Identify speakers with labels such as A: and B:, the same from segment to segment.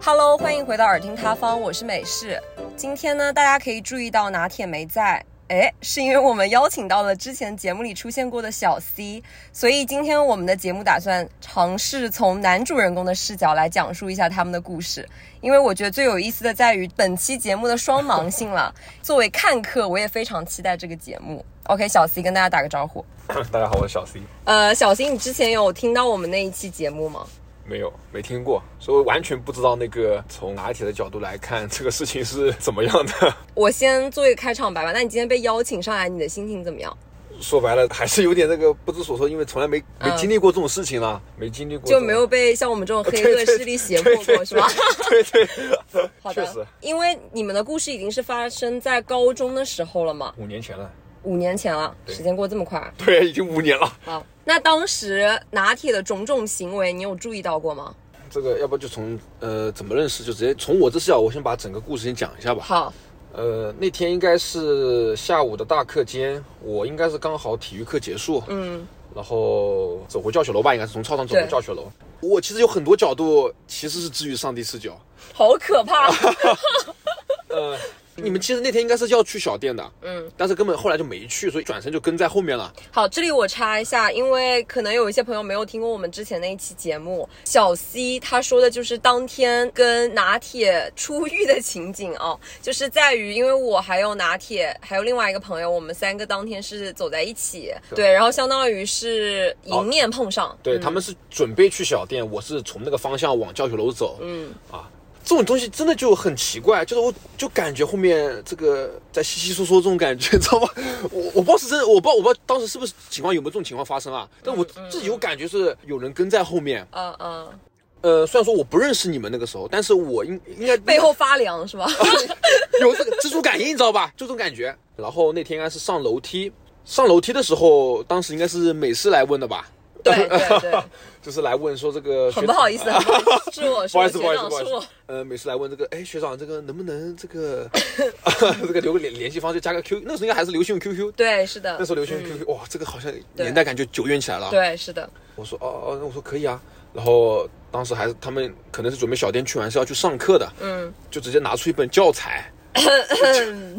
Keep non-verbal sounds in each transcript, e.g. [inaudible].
A: Hello，欢迎回到耳听他方，我是美式。今天呢，大家可以注意到拿铁没在，哎，是因为我们邀请到了之前节目里出现过的小 C，所以今天我们的节目打算尝试从男主人公的视角来讲述一下他们的故事，因为我觉得最有意思的在于本期节目的双盲性了。作为看客，我也非常期待这个节目。OK，小 C 跟大家打个招呼。
B: [clears throat] 大家好，我是小 C，
A: 呃，小 C，你之前有听到我们那一期节目吗？
B: 没有没听过，所以我完全不知道那个从拿铁的角度来看这个事情是怎么样的。 [laughs]
A: 我先做一个开场白吧。那你今天被邀请上来，你的心情怎么样？
B: 说白了还是有点那个不知所措，因为从来没没经历过这种事情啦，没经历
A: 嗯
B: 过
A: 就没
B: [laughs]
A: 有被像我们这种黑恶势力胁迫过，是吧？
B: 对对，对
A: [laughs] 好
B: 确实
A: 的，因为你们的故事已经是发生在高中的时候了嘛，
B: 五年前了，
A: 五年前了，
B: 对
A: 时间过这么快。
B: 对，已经五年了。
A: 好，那当时拿铁的种种行为，你有注意到过吗？
B: 这个要不就从呃怎么认识，就直接从我这视角，我先把整个故事先讲一下吧。
A: 好，
B: 呃，那天应该是下午的大课间，我应该是刚好体育课结束，嗯，然后走回教学楼吧，应该是从操场走回
A: 对
B: 教学楼。我其实有很多角度其实是基于上帝视角。
A: 好可怕。
B: 呃，你们其实那天应该是要去小店的，嗯，但是根本后来就没去，所以转身就跟在后面了。
A: 好，这里我插一下，因为可能有一些朋友没有听过我们之前那一期节目，小 C 他说的就是当天跟拿铁出狱的情景啊，就是在于因为我还有拿铁，还有另外一个朋友，我们三个当天是走在一起，对，然后相当于是迎面碰上，
B: 哦对，他们是准备去小店，我是从那个方向往教学楼走，嗯，啊。这种东西真的就很奇怪，就是我就感觉后面这个在稀稀疏疏这种感觉， [laughs] 知道吧？我我不知道是真的，我不知道我不知道当时是不是情况有没有这种情况发生啊？但我自己有感觉是有人跟在后面，
A: 嗯嗯，
B: 呃，虽然说我不认识你们那个时候，但是我应应该
A: [laughs] 背后发凉是吧？ [laughs]
B: 有这个蜘蛛感应，你知道吧？就这种感觉。然后那天应该是上楼梯，上楼梯的时候，当时应该是美式来问的吧，
A: 对对对，
B: [laughs] 就是来问说这个学
A: 很不好意思，
B: [laughs]
A: 很不好意思，是我，是
B: 不好
A: 我
B: 意思，不好
A: 学
B: 意思，
A: 长，
B: 不好
A: 是
B: 意
A: 我
B: 思。。呃，每次来问这个，哎，学长，这个能不能这个 [laughs] 这个留个联联系方式，加个 Q？那时候应该还是流行用 QQ，
A: 对，是的
B: 那，时候流行用 QQ，哇，这个好像年代感就久远起来了。，
A: 嗯对，是的，
B: 我说哦哦，那我说可以啊。然后当时还是他们可能是准备小店去完是要去上课的，嗯，就直接拿出一本
A: [laughs]
B: 教材，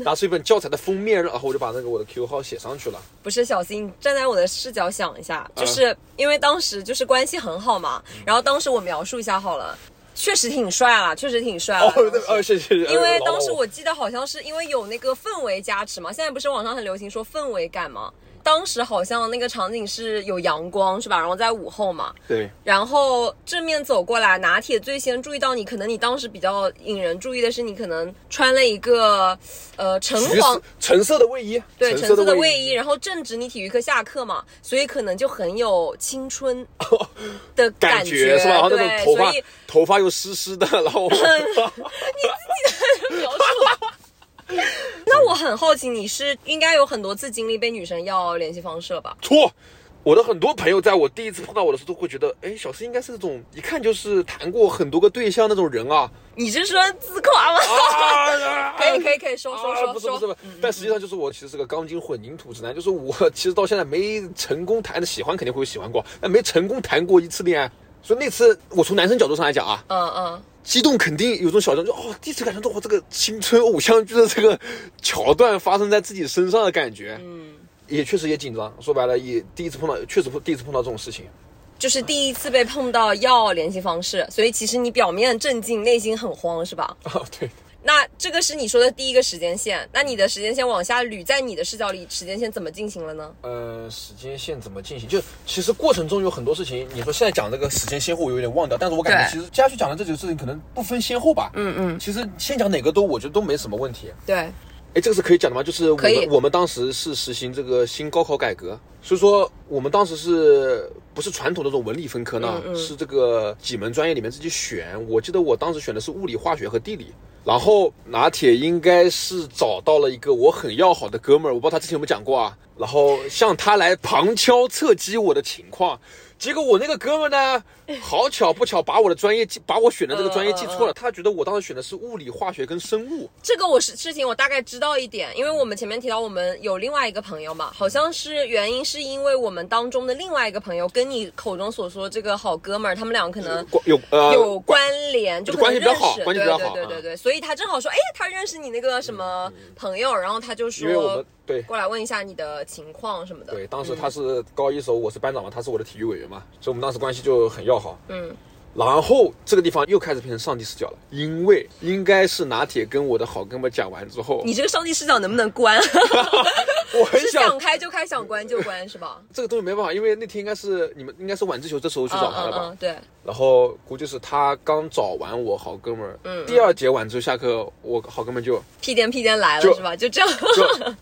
B: 拿出一本教材的封面，然后我就把那个我的 QQ 号写上去了。
A: 不是小新，你站在我的视角想一
B: 啊
A: 下，就是因为当时就是关系很好嘛，
B: 嗯
A: 然后当时我描述一下好了，确实挺帅啦，确实挺帅啦。
B: 哦，对哦，谢谢谢谢。
A: 啊因为
B: 哦
A: 当时我记得好像是因为有那个氛围加持嘛，现在不是网上很流行说氛围感嘛，当时好像那个场景是有阳光是吧？然后在午后嘛，
B: 对
A: 然后正面走过来，拿铁最先注意到你，可能你当时比较引人注意的是你可能穿了一个呃橙
B: 橘
A: 黄
B: 色橙色的卫衣，
A: 对，橙色的卫
B: 衣
A: 衣，然后正值你体育课下课嘛，所以可能就很有青
B: [laughs]
A: 春的
B: 感
A: 觉，
B: 觉是吧？然后那种
A: 对，
B: 头
A: 所
B: 发 [laughs]
A: 以
B: 头发又湿湿的，然
A: [laughs]
B: 后
A: 描述。那我很好奇，你是应该有很多次经历被女生要联系方式吧？
B: 错。我的很多朋友在我第一次碰到我的时候，都会觉得，哎，小四应该是那种一看就是谈过很多个对象那种
A: [laughs]
B: 人啊。
A: 你是说自夸吗？[laughs]
B: 啊，
A: 可以可以可以说说
B: 啊，
A: 说
B: 不是不是
A: 说，
B: 不是，但实际上就是我其实是个钢筋混凝土直男，就是我其实到现在没成功谈的，喜欢肯定会有喜欢过，但没成功谈过一次恋爱。所以那次我从男生角度上来讲啊，
A: 嗯嗯，
B: 激动肯定有种小就哦，第一次感受到我这个青春偶像剧的这个桥段发生在自己身上的感觉。嗯，也确实也紧张，说白了也第一次碰到，确实第一次碰到这种事 [laughs] 情。
A: 就是第一次被碰到要联系方式，所以其实你表面镇静，内心很慌，是吧？
B: 啊、对，
A: 那这个是你说的第一个时间线，那你的时间线往下捋，在你的视角里，时间线怎么进行了呢？
B: 呃，时间线怎么进行？就其实过程中有很多事情，你说现在讲这个时间先后，我有点忘掉，但是我感觉其
A: 对
B: 实接下去讲的这几个事情可能不分先后吧。嗯嗯，其实先讲哪个都，我觉得都没什么问题。
A: 对，
B: 哎，这个是可以讲的吗？就是我
A: 可以
B: 们我们当时是实行这个新高考改革，所以说我们当时是不是传统的这种文理分科呢？
A: 嗯
B: 是这个几门专业里面自己选。我记得我当时选的是物理、化学和地理。然后拿铁应该是找到了一个我很要好的哥们儿，我不知道他之前有没有讲过啊。然后向他来旁敲侧击我的情况，结果我那个哥们呢，好巧不巧把我的专业记，把我选的这个专业记
A: 嗯
B: 错了，他觉得我当时选的是物理、化学跟生物。
A: 这个我是事情我大概知道一点，因为我们前面提到我们有另外一个朋友嘛，好像是原因是因为我们当中的另外一个朋友跟你口中所说这个好哥们儿，他们两个可能
B: 关有呃
A: 有关联，就
B: 就
A: 可能
B: 关系比较
A: 认识
B: 好关系比较好
A: 对对对对
B: 啊
A: 对，所以他正好说，哎，他认识你那个什么朋友，然后他就
B: 因为我们
A: 说
B: 对
A: 过来问一下你的情况什么的。嗯
B: 对，当时他是高一时候，我是班长嘛，他是我的体育委员嘛，所以我们当时关系就很要好。
A: 嗯，
B: 然后这个地方又开始变成上帝视角了，因为应该是拿铁跟我的好哥们讲完之后，
A: 你这个上帝视角能不能关？
B: 我 [laughs] 很
A: 是
B: 想
A: 想开就开，想关就关，是吧？
B: 这个东西没办法，因为那天应该是你们应该是晚自修这时候去
A: 嗯
B: 找他的
A: 嗯
B: 吧，
A: 嗯，对，
B: 然后估计是他刚找完我好哥们儿，
A: 嗯
B: 第二节晚自修下课，我好哥们就
A: 屁颠屁颠来了
B: 就是
A: 吧？就这样。
B: 就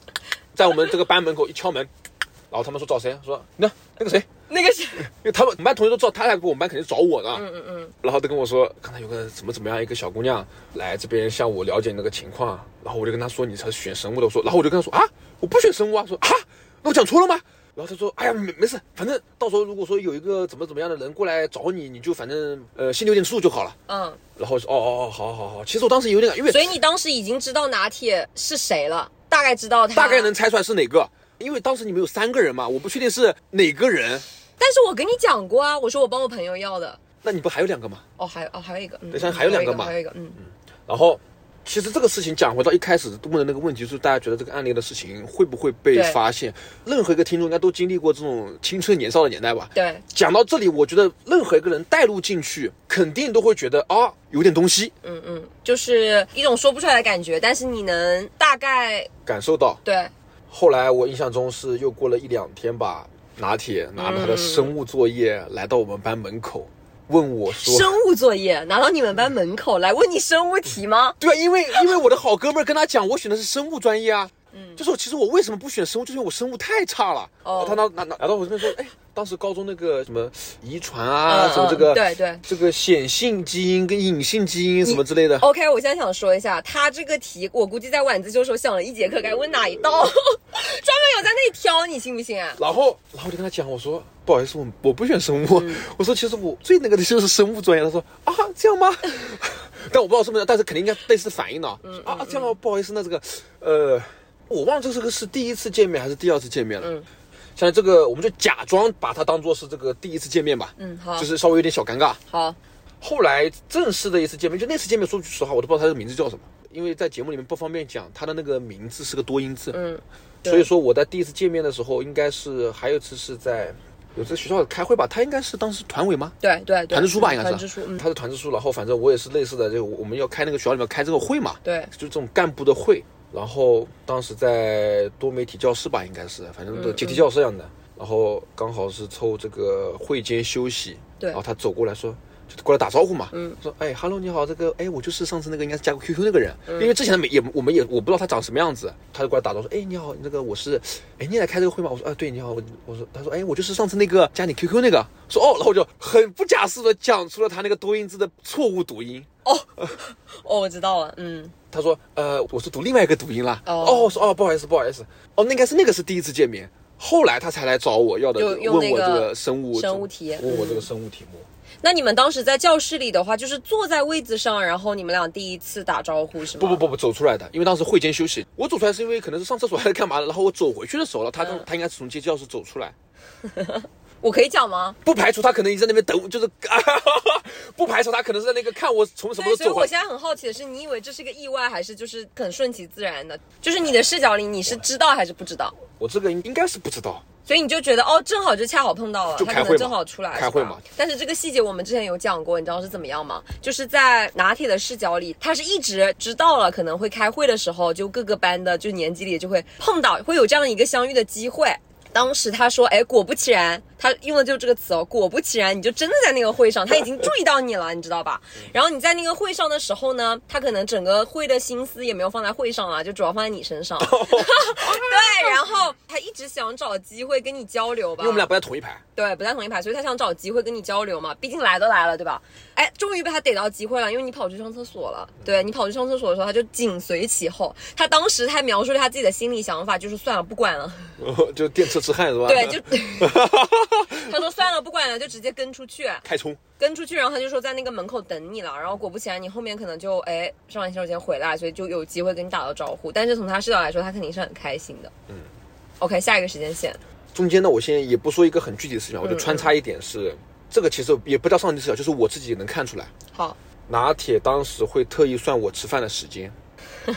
B: 在我们这个班门口一敲门，然后他们说找谁？啊说那那个谁，
A: [laughs] 那个是，
B: 因为他们我们班同学都知道，他来过我们班肯定找我的，
A: 嗯嗯嗯，
B: 然后他跟我说，刚才有个怎么怎么样一个小姑娘来这边向我了解那个情况，然后我就跟她说你才选生物的，我说，然后我就跟她说啊，我不选生物啊，说啊，那我讲错了吗？然后她说，哎呀，没没事，反正到时候如果说有一个怎么怎么样的人过来找你，你就反正呃心里有点数就好了。
A: 嗯，
B: 然后我说哦哦哦，好好好，其实我当时有点感， [laughs] 因为
A: 所以你当时已经知道拿铁是谁了，大概知道他，
B: 大概能。猜出来是哪个，因为当时你们有三个人嘛，我不确定是哪个人，
A: 但是我跟你讲过啊，我说我帮我朋友要的。
B: 那你不还有两个吗？
A: 哦，还哦还有一个，嗯
B: 等一下还有两个嘛
A: 还有一个，还有一个嗯，
B: 然后，其实这个事情讲回到一开始问的那个问题，就是大家觉得这个暗恋的事情会不会被
A: 对
B: 发现？任何一个听众应该都经历过这种青春年少的年代吧？
A: 对，
B: 讲到这里，我觉得任何一个人带入进去，肯定都会觉得啊，有点东西
A: 嗯嗯，就是一种说不出来的感觉，但是你能大概
B: 感受到。
A: 对，
B: 后来我印象中是又过了一两天吧，拿铁拿着他
A: 嗯
B: 的生物作业来到我们班门口，问我说：“
A: 生物作业拿到你们班门口来问你生物题
B: [laughs]
A: 吗？
B: 对啊，因为因为我的好哥们儿跟他讲，我选的是生物专业啊。嗯，就是我其实我为什么不选生物，就是因为我生物太差了。
A: 哦
B: 他拿拿拿拿到我这边说，哎，当时高中那个什么呃遗传
A: 嗯
B: 啊，
A: 嗯
B: 什么这个
A: 对对
B: 这个显性基因跟隐性基因什么之类的。
A: OK，我现在想说一下，他这个题我估计在晚自修时候想了一节课该问哪
B: [laughs]
A: 一道，专门有在那里挑你，信不信啊？
B: 然后，然后我就跟他讲，我说不好意思，我我不选生物， [laughs] 我说其实我最那个的就是生物专业。他说啊，这样吗？ [laughs] 但我不知道是不是，但是肯定应该类似反应的啊。
A: 嗯
B: 啊，这样吗？不好意思，那这个，呃，我忘了这是个是第一次见面还是第二次见面了。
A: 嗯
B: 像这个，我们就假装把它当做是这个第一次见面吧，
A: 嗯，好，
B: 就是稍微有点小尴尬。
A: 好，
B: 后来正式的一次见面，就那次见面，说句实话，我都不知道他的名字叫什么，因为在节目里面不方便讲他的那个名字是个多音字。
A: 嗯，
B: 所以说我在第一次见面的时候，应该是还有一次是在有次学校开会吧，他应该是当时团委吗？
A: 对对对，
B: 团支书吧，应该是
A: 团支书，嗯，
B: 他是团支书，然后反正我也是类似的，就我们要开那个学校里面开这个会嘛，
A: 对，
B: 就这种干部的会。然后当时在多媒体教室吧，应该是，反正
A: 嗯
B: 的阶梯教室一样的。然后刚好是凑这个会间休息，
A: 对
B: 然后他走过来说，就过来打招呼嘛，
A: 嗯，
B: 说哎，hello，你好，这个哎，我就是上次那个应该是加过 QQ 那个人，
A: 嗯
B: 因为之前他没也我们也我不知道他长什么样子，他就过来打招呼说，哎，你好，那个我是，哎，你也来开这个会吗？我说啊，对，你好，我我说，他说哎，我就是上次那个加你 QQ 那个，说哦，然后我就很不假思索地讲出了他那个多音字的错误读音，
A: 哦，我知道了，嗯，
B: 他说，呃，我是读另外一个读音啦。
A: 哦
B: 哦，我说哦，不好意思，不好意思。哦，那应该是那个是第一次见面，后来他才来找我要的，
A: 就用
B: 问我
A: 那
B: 这
A: 个
B: 个生物
A: 生物嗯题
B: 问我这个生物题目。
A: 那你们当时在教室里的话，就是坐在位子上，然后你们俩第一次打招呼是吗？
B: 不不，不不，走出来的，因为当时会间休息，我走出来是因为可能是上厕所还是干嘛的，然后我走回去的时候了，他
A: 嗯
B: 刚、他应该是从阶梯教室走出来，
A: 我可以讲吗？
B: 不排除他可能一直在那边等，就是，啊不排除他可能是在那个看我从什么时
A: 对，
B: 候
A: 所以
B: 走
A: 我
B: 回来。
A: 现在很好奇的是，你以为这是个意外，还是就是很顺其自然的？就是你的视角里，你是知道还是不知道？
B: 我这个应应该是不知道，
A: 所以你就觉得哦，正好就恰好碰到了，
B: 就
A: 他
B: 开
A: 可
B: 会
A: 能
B: 嘛
A: 正好出来
B: 开会
A: 是吧
B: 嘛
A: 但是这个细节我们之前有讲过，你知道是怎么样吗？就是在拿铁的视角里，他是一直知道了可能会开会的时候，就各个班的就年级里就会碰到，会有这样一个相遇的机会。当时他说：“哎，果不其然，他用的就是这个词哦。果不其然，你就真的在那个会上，他已经注意到你了，你知道吧？
B: 嗯
A: 然后你在那个会上的时候呢，他可能整个会的心思也没有放在会上啊，就主要放在你身上。 [laughs] 对，然后他一直想找机会跟你交流吧，
B: 因为我们俩不在同
A: [laughs]
B: 一排。
A: 对不在同一排，所以他想找机会跟你交流嘛，毕竟来都来了，对吧？哎，终于被他逮到机会了，因为你跑去上厕所了。对你跑去上厕所的时候，他就紧随其后。他当时还描述了他自己的心理想法，就是算了，不管了。
B: 就电车痴汉是吧？
A: [laughs] 对，就 [laughs] 他说算了，不管了，就直接跟出去，
B: 开冲。
A: 跟出去，然后他就说在那个门口等你了。然后果不其然，你后面可能就哎上完洗手间回来，所以就有机会跟你打到招呼。但是从他视角来说，他肯定是很开心的。嗯，OK，下一个时间线，
B: 中间呢，我现在也不说一个很具体的事
A: 嗯
B: 情啊，我就穿插一点是，这个其实也不叫上帝视角，就是我自己能看出来，
A: 好，
B: 拿铁当时会特意算我吃饭的时间。
A: [laughs]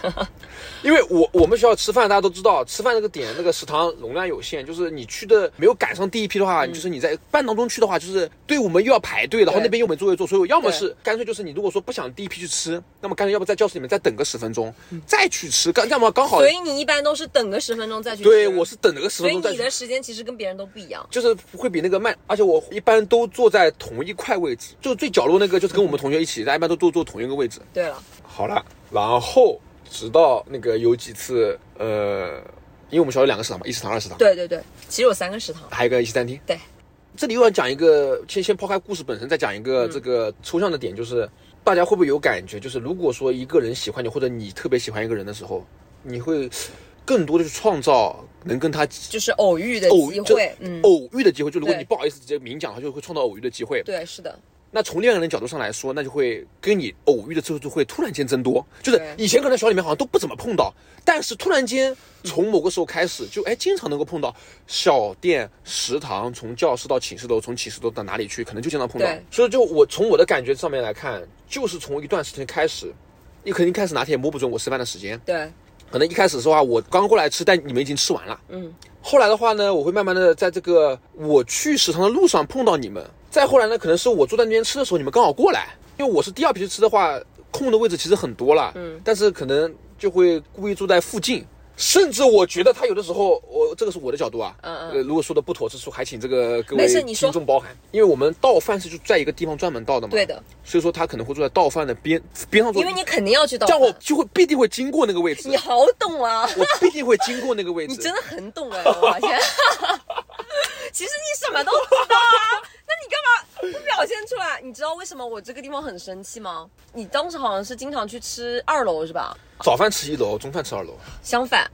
B: 因为我我们学校吃饭，大家都知道，吃饭那个点那个食堂容量有限，就是你去的没有赶上第一批的话，就是你在半当中去的话，就是队伍们又要排队，然后
A: 嗯对
B: 那边又没座位坐，所以要么
A: 对
B: 是干脆就是你如果说不想第一批去吃，那么干脆要不在教室里面再等个十分钟，再去吃，刚要么刚好
A: 嗯所以你一般都是等个十分钟再去吃。
B: 对我，是等了个十
A: 所
B: 分
A: 以
B: 钟再
A: 你
B: 去
A: 的时间其实跟别人都不一样。
B: 就是会比那个慢，而且我一般都坐在同一块位置，就最角落那个，就是跟我们同学一起，大家一般都坐坐同一个位置。
A: 对了，
B: 好了，然后直到那个有几次，呃，因为我们学校有两个食堂嘛，一食堂、二食堂，
A: 对对对，其实有三个食堂。
B: 还有一个一西餐厅。
A: 对，
B: 这里又要讲一个，先先抛开故事本身，再讲一个这个抽象的点，就是大家会不会有感觉，就是如果说一个人喜欢你，或者你特别喜欢一个人的时候，你会更多的去创造能跟他
A: 就是偶遇的
B: 偶
A: 机
B: 就
A: 会，嗯，
B: 偶遇的机会，就如果
A: 对
B: 你不好意思直接明讲，他就会创造偶遇的机会。
A: 对，是的，
B: 那从恋爱人的角度上来说，那就会跟你偶遇的次数会突然间增多。就是
A: 对
B: 以前可能小里面好像都不怎么碰到，但是突然间从某个时候开始，就哎经常能够碰到小店、食堂，从教室到寝室楼，从寝室楼到哪里去，可能就经常碰到
A: 对。
B: 所以就我从我的感觉上面来看，就是从一段时间开始，你肯定开始拿铁摸不准我吃饭的时间。
A: 对，
B: 可能一开始的话，啊我刚过来吃，但你们已经吃完了。
A: 嗯，
B: 后来的话呢，我会慢慢的在这个我去食堂的路上碰到你们。再后来呢，可能是我坐在那边吃的时候，你们刚好过来，因为我是第二批去吃的话，空的位置其实很多了。嗯，但是可能就会故意坐在附近，甚至我觉得他有的时候，我这个是我的角度啊。
A: 嗯嗯
B: 呃如果说的不妥之处，还请这个各
A: 没
B: 位
A: 事你说
B: 听众包涵，因为我们倒饭是就在一个地方专门倒的嘛。
A: 对。的，
B: 所以说他可能会坐在倒饭的边边上坐，
A: 因为你肯定要去倒
B: 这样我
A: 饭。
B: 就会必定会经过那个位置
A: 你。好懂啊，
B: 我必定会经过那个位置。
A: 你真的很懂哎，我发现。 [laughs] 其实你什么都知道啊， [laughs] 那你干嘛不表现出来？你知道为什么我这个地方很生气吗？你当时好像是经常去吃二楼是吧？
B: 早饭吃一楼，中饭吃二楼。
A: 相
B: [laughs]
A: 反，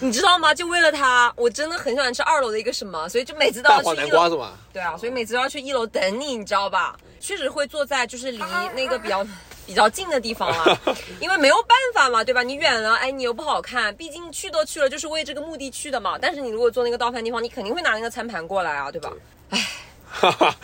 A: 你知道吗？就为了他，我真的很喜欢吃二楼的一个什么，所以就每次都要
B: 蛋
A: 去
B: 黄
A: 一
B: 南
A: 楼
B: 瓜是吧？
A: 对啊，所以每次都要去一楼等你，你知道吧？确实会坐在就是离那个比较比较近的地方啊，因为没有办法嘛，对吧？你远了，哎，你又不好看，毕竟去都去了，就是为这个目的去的嘛。但是你如果坐那个倒饭地方，你肯定会拿那个餐盘过来啊，对吧？
B: 哈哈，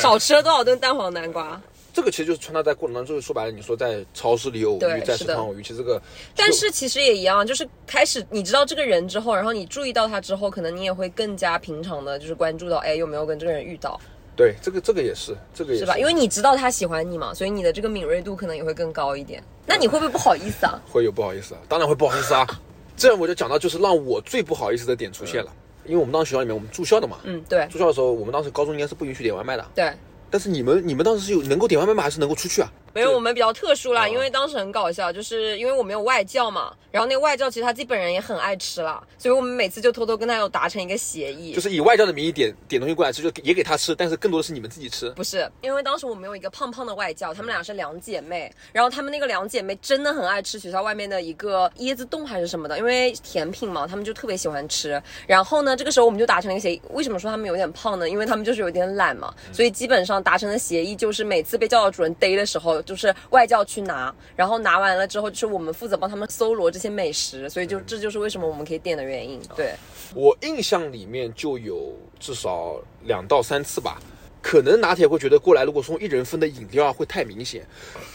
A: 少吃了多少顿蛋黄南瓜？
B: 这个其实就是穿插在过程当中，说白了，你说在超市里偶
A: 对
B: 遇，在
A: 是
B: 食
A: 的
B: 堂偶遇，其实这个，
A: 但
B: 这
A: 是其实也一样，就是开始你知道这个人之后，然后你注意到他之后，可能你也会更加平常的，就是关注到，哎，有没有跟这个人遇到，
B: 个对这个这个也是，这个也
A: 是吧？因为你知道他喜欢你嘛，所以你的这个敏锐度可能也会更高一点。那你会不会不好意思啊？
B: 会有不好意思啊，当然会不好意
A: [laughs]
B: 思啊。这样我就讲到，就是让我最不好意思的点出现了，因为我们当时学校里面我们住校的嘛，
A: 嗯，对
B: 住校的时候，我们当时高中应该是不允许点外卖的，
A: 对。
B: 但是你们你们当时是有能够点外卖吗？还是能够出去啊？
A: 没有，
B: 就
A: 我们比较特殊啦，因为当时很搞笑，就是因为我们有外教嘛，然后那个外教其实他自己本人也很爱吃啦，所以我们每次就偷偷跟他有达成一个协议，
B: 就是以外教的名义点点东西过来吃，就也给他吃，但是更多的是你们自己吃。
A: 不是，因为当时我们有一个胖胖的外教，她们俩是两姐妹，然后她们那个两姐妹真的很爱吃学校外面的一个椰子冻还是什么的，因为甜品嘛，她们就特别喜欢吃。然后呢，这个时候我们就达成了一个协议，为什么说她们有点胖呢？因为她们就是有点懒嘛，所以基本上达成的协议就是每次被教导主任逮的时候，就是外教去拿，然后拿完了之后就是我们负责帮他们搜罗这些美食，所以就这就是为什么我们可以点的原因。对，
B: 我印象里面就有至少两到三次吧。可能拿铁会觉得过来，如果送一人份的饮料啊会太明显，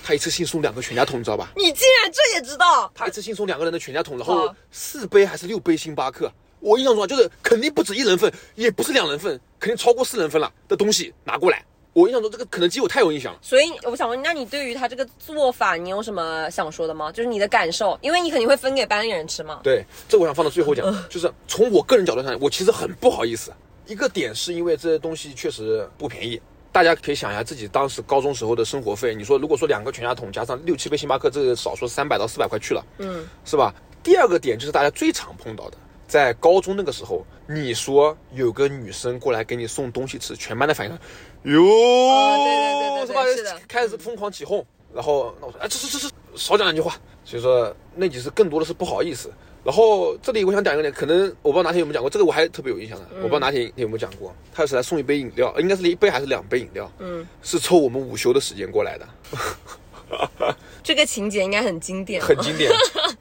B: 他一次性送两个全家桶，你知道吧？
A: 你竟然这也知道？
B: 他一次性送两个人的全家桶，然后
A: 啊
B: 四杯还是六杯星巴克，我印象中啊，就是肯定不止一人份，也不是两人份，肯定超过四人份了的东西拿过来。我印象中这个肯德基我太有印象了，
A: 所以我想问，那你对于他这个做法，你有什么想说的吗？就是你的感受，因为你肯定会分给班里人吃嘛。
B: 对，这我想放到最后讲， [laughs] 就是从我个人角度上，我其实很不好意思。一个点是因为这些东西确实不便宜，大家可以想一下自己当时高中时候的生活费。你说如果说两个全家桶加上六七杯星巴克，这个少说三百到四百块去了，嗯，是吧？第二个点就是大家最常碰到的，在高中那个时候，你说有个女生过来给你送东西吃，全班的反应，哟，哦
A: 啊对对对对对是
B: 是
A: 的
B: 吧？开始疯狂起哄，然后那我说，哎，这这这这，少讲两句话。所以说那几次更多的是不好意思，然后这里我想讲一个点，可能我不知道哪天有没有讲过，这个我还特别有印象
A: 嗯
B: 的，我不知道哪天有没有讲过。他有时来送一杯饮料，呃应该是一杯还是两杯饮料，嗯，是抽我们午休的时间过来的，
A: 这个情节应该很经典。
B: 很
A: [laughs]
B: 经典，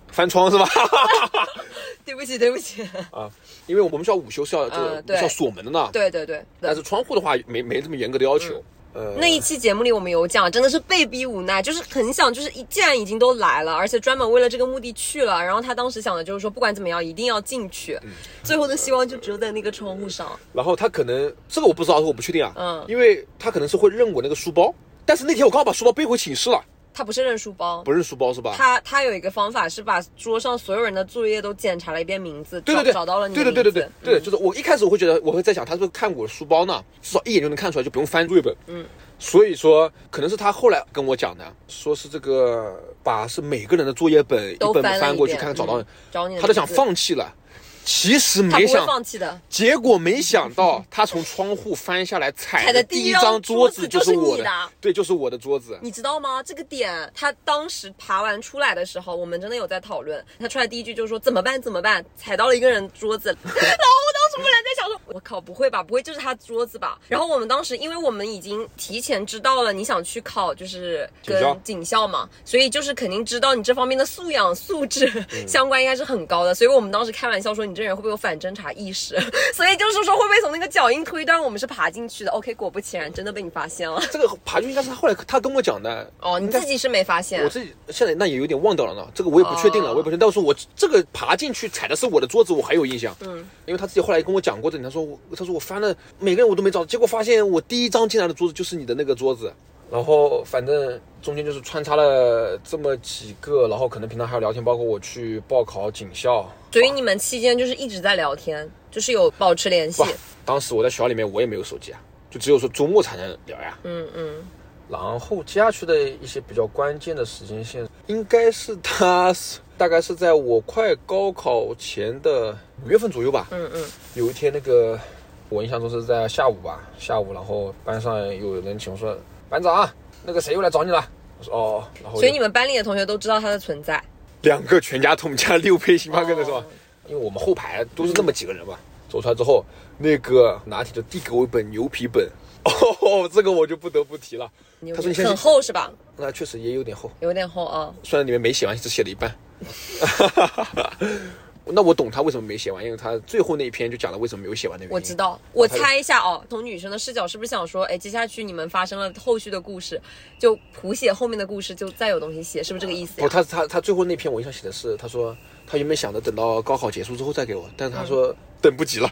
B: 翻窗是吧？ [laughs]
A: 对不起，对不起。
B: 啊，因为我们学校午休是要这个、
A: 呃对
B: 是要锁门的呢，
A: 对对对，
B: 但是窗户的话没没这么严格的要求，呃，
A: 那一期节目里我们有讲，真的是被逼无奈，就是很想，就是一既然已经都来了，而且专门为了这个目的去了，然后他当时想的就是说，不管怎么样一定要进去，
B: 嗯
A: 最后的希望就只有在那个窗户上。
B: 然后他可能这个我不知道，我不确定啊，
A: 嗯
B: 因为他可能是会认我那个书包，但是那天我刚好把书包背回寝室了，
A: 他不是认书包，
B: 不认书包是吧？
A: 他他有一个方法是把桌上所有人的作业都检查了一遍名字，
B: 对对
A: 找
B: 对，
A: 找到了你的
B: 对对对对
A: 名字嗯
B: 对对，就是我一开始我会觉得我会在想，他是不是看我书包呢？至少一眼就能看出来，就不用翻作业本。嗯，所以说可能是他后来跟我讲的，说是这个把是每个人的作业本一
A: 都
B: 本
A: 翻了
B: 翻
A: 一
B: 过去
A: 遍
B: 看看找到
A: 嗯，找你的
B: 他都想
A: 名字
B: 放弃了，其实
A: 他不
B: 没
A: 会
B: 想。
A: 放弃的。
B: 结果没想到，他从窗户翻下来踩
A: 踩的
B: 的第
A: 第
B: 一
A: 一
B: 张
A: 张
B: 桌
A: 桌
B: 子
A: 子
B: 就
A: 就是是
B: 我
A: 你
B: 的
A: 的，嗯
B: 对，就是我的桌子。
A: 你知道吗？这个点，他当时爬完出来的时候，我们真的有在讨论。他出来第一句就说：“怎么办？怎么办？”踩到了一个人桌子， [laughs] 然后我当时忽然在想说：“我靠，不会吧？不会就是他桌子吧？”然后我们当时，因为我们已经提前知道了你想去考就是
B: 警校
A: 跟警校嘛，所以就是肯定知道你这方面的素养、素质
B: 嗯
A: 相关应该是很高的。所以我们当时开玩笑说：“你这人会不会有反侦查意识？” [laughs] 所以就是说会不会从那个脚印推断我们是爬进去的？OK，果不其然，真的被你发现了。
B: 这个爬就应该是他后来他跟我讲的，
A: 哦，你自己是没发现，
B: 我自己现在那也有点忘掉了呢，这个我也不确定了，
A: 哦
B: 我也不确定。但是我这个爬进去踩的是我的桌子，我还有印象。嗯，因为他自己后来跟我讲过这点，他说我他说我翻了每个人我都没找到，结果发现我第一张进来的桌子就是你的那个桌子。然后反正中间就是穿插了这么几个，然后可能平常还有聊天，包括我去报考警校。
A: 所以你们期间就是一直在聊天，就是有保持联系
B: 哇，当时我在学校里面我也没有手机啊，就只有说周末才能聊呀。
A: 嗯嗯，
B: 然后接下去的一些比较关键的时间线，应该是他是大概是在我快高考前的五月份左右吧。嗯嗯。有一天，那个我印象中是在下午吧，下午，然后班上有人请我说：“班长啊，那个谁又来找你了？”我说：“哦。”然后
A: 所以你们班里的同学都知道他的存在。
B: 两个全家桶加六杯星巴克的是吧？
A: 哦
B: 因为我们后排都是那么几个人嘛，走出来之后，那个拿铁就递给我一本牛皮本。哦， [laughs] 这个我就不得不提了。他说你先
A: 很厚是吧？
B: 那确实也有点厚，
A: 有点厚啊。
B: 虽然里面没写完，只写了一半。 [laughs] 那我懂他为什么没写完，因为他最后那一篇就讲了为什么没有写完的原因。
A: 我知道，我猜一下哦，从女生的视角是不是想说，哎，接下去你们发生了后续的故事，就谱写后面的故事，就再有东西写，是不是这个意思
B: 不，
A: 呀？
B: 哦他他他最后那篇我印象写的是，他说他原本想着等到高考结束之后再给我，但是他说等不及了，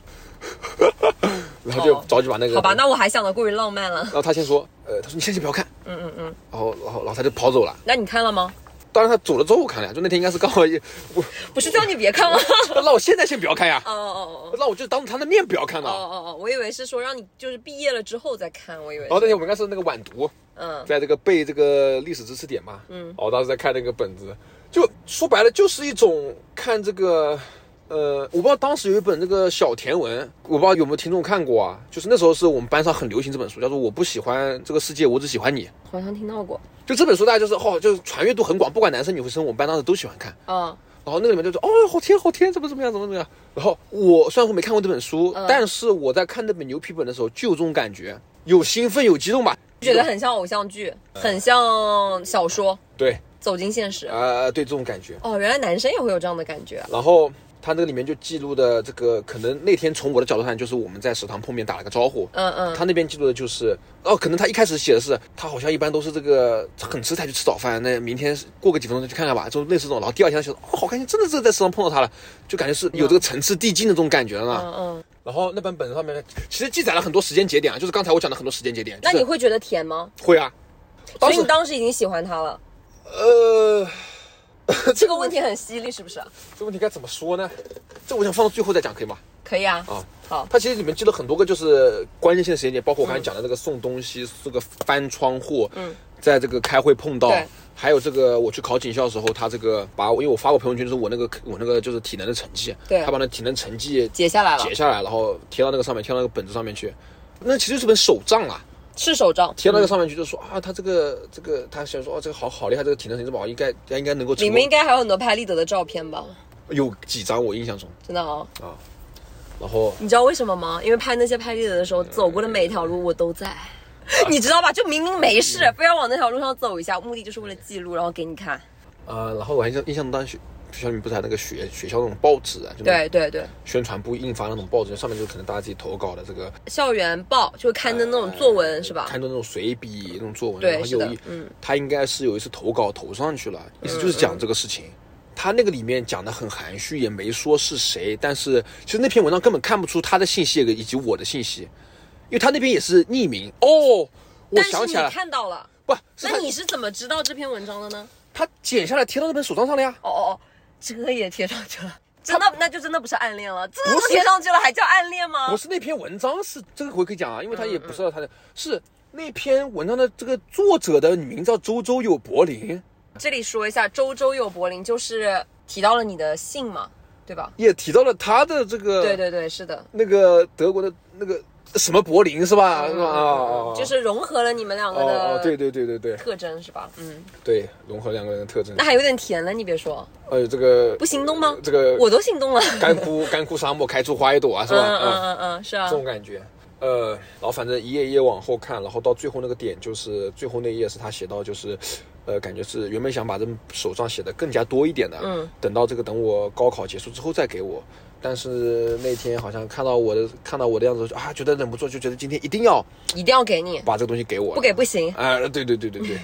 B: [laughs] 然后就
A: 嗯哦
B: 着急把那个
A: 好吧，那我还想的过于浪漫了。
B: 然后他先说，呃，他说你先先不要看，嗯嗯嗯，然后然后然后他就跑走了。
A: 那你看了吗？
B: 当然他走了之后我看了呀，就那天应该是刚好 [laughs] 也，我
A: 不是叫你别看吗？
B: 那我现在先不要看呀，
A: 哦哦哦
B: 那我就当着他的面不要看
A: 哦
B: 了。
A: 哦哦，我以为是说让你就是毕业了之后再看，我以为
B: 然后那天我们应该是那个晚读，
A: 嗯，
B: 在这个背这个历史知识点嘛，嗯，我当时在看那个本子，就说白了就是一种看这个，呃，我不知道当时有一本这个小甜文，我不知道有没有听众看过啊，就是那时候是我们班上很流行这本书，叫做《我不喜欢这个世界，我只喜欢你》。
A: 好像听到过。
B: 就这本书，大家就是哦，就是传阅度很广，不管男生女生，我们班当时都喜欢看。
A: 嗯，
B: 然后那个里面就说哦，好甜好甜，怎么怎么样，怎么怎么样。然后我虽然说没看过这本书，
A: 嗯
B: 但是我在看那本牛皮本的时候就有这种感觉，有兴奋有激动吧？
A: 觉得很像偶像剧，
B: 嗯
A: 很像小说，
B: 对，
A: 走进现实。
B: 呃，对这种感觉。
A: 哦，原来男生也会有这样的感觉啊。
B: 然后他那个里面就记录的这个，可能那天从我的角度看，就是我们在食堂碰面打了个招呼。
A: 嗯嗯，
B: 他那边记录的就是，哦，可能他一开始写的是，他好像一般都是这个很迟才去吃早饭，那明天过个几分钟再去看看吧，就类似这种。然后第二天他想，哦，好开心，真的是在食堂碰到他了，就感觉是有这个层次递进的这种感觉了呢。
A: 嗯嗯，
B: 然后那本本上面其实记载了很多时间节点啊，就是刚才我讲的很多时间节点。就
A: 那
B: 是
A: 你会觉得甜吗？
B: 会啊？
A: 所
B: 当
A: 以
B: 时
A: 你当时已经喜欢他了。
B: 呃，
A: 这个问题很犀利，是不是？
B: 这问题该怎么说呢？这我想放到最后再讲，可以吗？
A: 可以啊。
B: 啊
A: 好，
B: 它其实里面记了很多个就是关键性的时间点，包括我刚才讲的那个送东西、这个翻窗户，嗯，在这个开会碰到
A: 对，
B: 还有这个我去考警校的时候，他这个把我因为我发过朋友圈，就是我那个我那个就是体能的成绩，
A: 对
B: 他把那体能成绩
A: 截下来了
B: 截，下来，然后贴到那个上面，贴到那个本子上面去。那其实是本手账啊，
A: 是手账，
B: 贴到那个上面去就说啊，他这个这个，他想说哦，这个好好厉害，这个体能成绩这么好，应该应该能够成
A: 里
B: 功。
A: 面应该还有很多拍立得的照片吧？
B: 有几张我印象中，
A: 真的哦。
B: 然后
A: 你知道为什么吗？因为拍那些拍立得的时
B: 嗯
A: 候，走过的每一条路我都在，
B: 啊
A: [laughs] 你知道吧？就明明没事，
B: 嗯
A: 非要往那条路上走一下，目的就是为了记录，然后给你看。
B: 呃，然后我还印象印象当时学学校里面不是还有那个学学校那种报纸啊，就那
A: 对
B: 种
A: 对对，
B: 宣传部印发那种报纸，上面就可能大家自己投稿的这个
A: 校园报就刊登那种作文是吧？
B: 哎看到那种随笔那种作文，
A: 对
B: 然后
A: 是
B: 有
A: 的嗯
B: 一，他应该是有一次投稿投上去了，意思就是讲这个事
A: 嗯
B: 情。他那个里面讲的很含蓄，也没说是谁，但是其实那篇文章根本看不出他的信息以及我的信息，因为他那边也是匿名。哦，我
A: 但是
B: 想
A: 你
B: 起来了，
A: 看到了，
B: 不是
A: 那
B: 他
A: 你是怎么知道这篇文章的呢？
B: 他剪下来贴到那本手账上了呀。
A: 哦哦哦，这个也贴上去了， [laughs] 真的那就真的不是暗恋了，这个
B: 不
A: 都
B: 是
A: 贴上去了还叫暗恋吗
B: 不？是那篇文章是这个我可以讲啊，因为他也不知道
A: 嗯
B: 他的、是那篇文章的这个作者的名字叫周周有柏林，
A: 这里说一下，周周有柏林就是提到了你的姓嘛，对吧？
B: 也提到了他的这个
A: 对对对，是的，
B: 那个德国的那个什么柏林是吧？是吧？啊啊，啊
A: 嗯就是融合了你们两个
B: 哦哦，对
A: 的
B: 对对对对
A: 特征是吧？嗯，
B: 对，融合两个人的特征
A: 那。还有点甜了，你别说，
B: 哎呦，这个
A: 不心动吗？
B: 这个
A: 我都心动了。
B: 干
A: [laughs]
B: 枯干枯沙漠开出花一朵啊，是
A: 嗯
B: 吧？
A: 嗯
B: 啊，
A: 嗯嗯，是啊
B: 这，种感觉。呃，然后反正一页一页往后看，然后到最后那个点，就是最后那一页是他写到，就是，呃，感觉是原本想把这手账写的更加多一点的，
A: 嗯，
B: 等到这个等我高考结束之后再给我。但是那天好像看到我的看到我的样子就啊，觉得忍不住，就觉得今天一定要
A: 一定要给你，
B: 把这个东西给我，
A: 不给不行。
B: 啊、对对对对对，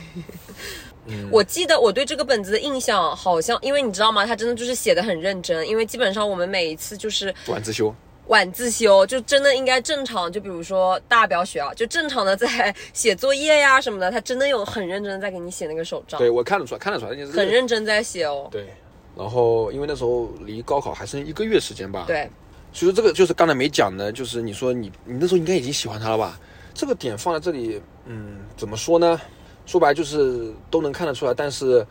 A: 我记得我对这个本子的印象好像，因为你知道吗？他真的就是写的很认真，因为基本上我们每一次就是
B: 晚自修，
A: 晚自修，就真的应该正常，就比如说大表学啊，就正常的在写作业呀什么的，他真的有很认真的在给你写那个手账，
B: 对我看得出来，看得出来，那就是
A: 嗯很认真在写哦。
B: 对。然后因为那时候离高考还剩一个月时间吧，，
A: 对，
B: 所以说这个就是刚才没讲的，就是你说你你那时候应该已经喜欢他了吧？这个点放在这里，嗯，怎么说呢？说白了就是都能看得出来，但是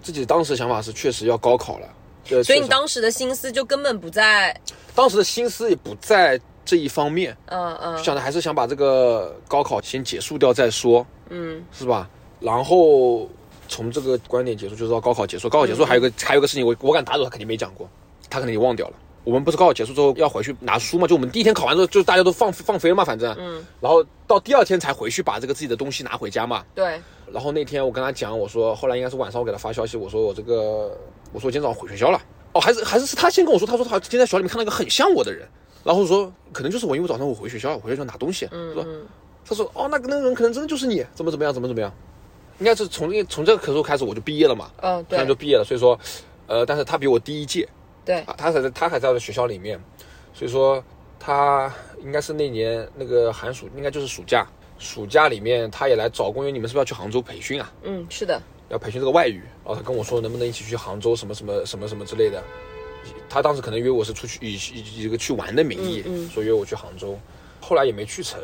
B: 自己当时的想法是确实要高考了，对，
A: 所以你
B: 确实
A: 当时的心思就根本不在，
B: 当时的心思也不在这一方面，
A: 嗯嗯
B: 想的还是想把这个高考先结束掉再说，
A: 嗯，
B: 是吧？然后从这个观点结束，就是到高考结束。高考
A: 嗯
B: 结束还有一个、还有一个事情，我我敢打赌他肯定没讲过，他肯定也忘掉了。我们不是高考结束之后要回去拿书嘛？就我们第一天考完之后，就大家都放放飞了嘛，反正，嗯，然后到第二天才回去把这个自己的东西拿回家嘛。
A: 对，
B: 然后那天我跟他讲，我说后来应该是晚上我给他发消息，我说我这个，我说我今天早上回学校了。哦，还是还是是他先跟我说，他说他今天在学校里面看到一个很像我的人，然后我说可能就是我，因为早上我回学校，我回学校拿东西，嗯说他说哦，那个那个人可能真的就是你，怎么怎么样，怎么怎么样，应该是从这从这个时候开始我就毕业了嘛，
A: 嗯
B: 现在就
A: 对
B: 毕业了，所以说，呃，但是他比我低一届，
A: 对，
B: 啊，他还在他还在我的学校里面，所以说他应该是那年那个寒暑，应该就是暑假，暑假里面他也来找工，因为你们是不是要去杭州培训啊？
A: 嗯是的，
B: 要培训这个外语，然后他跟我说能不能一起去杭州什么什么什么什么之类的。他当时可能约我是出去以以以一个去玩的名义，
A: 嗯嗯
B: 说约我去杭州，后来也没去成。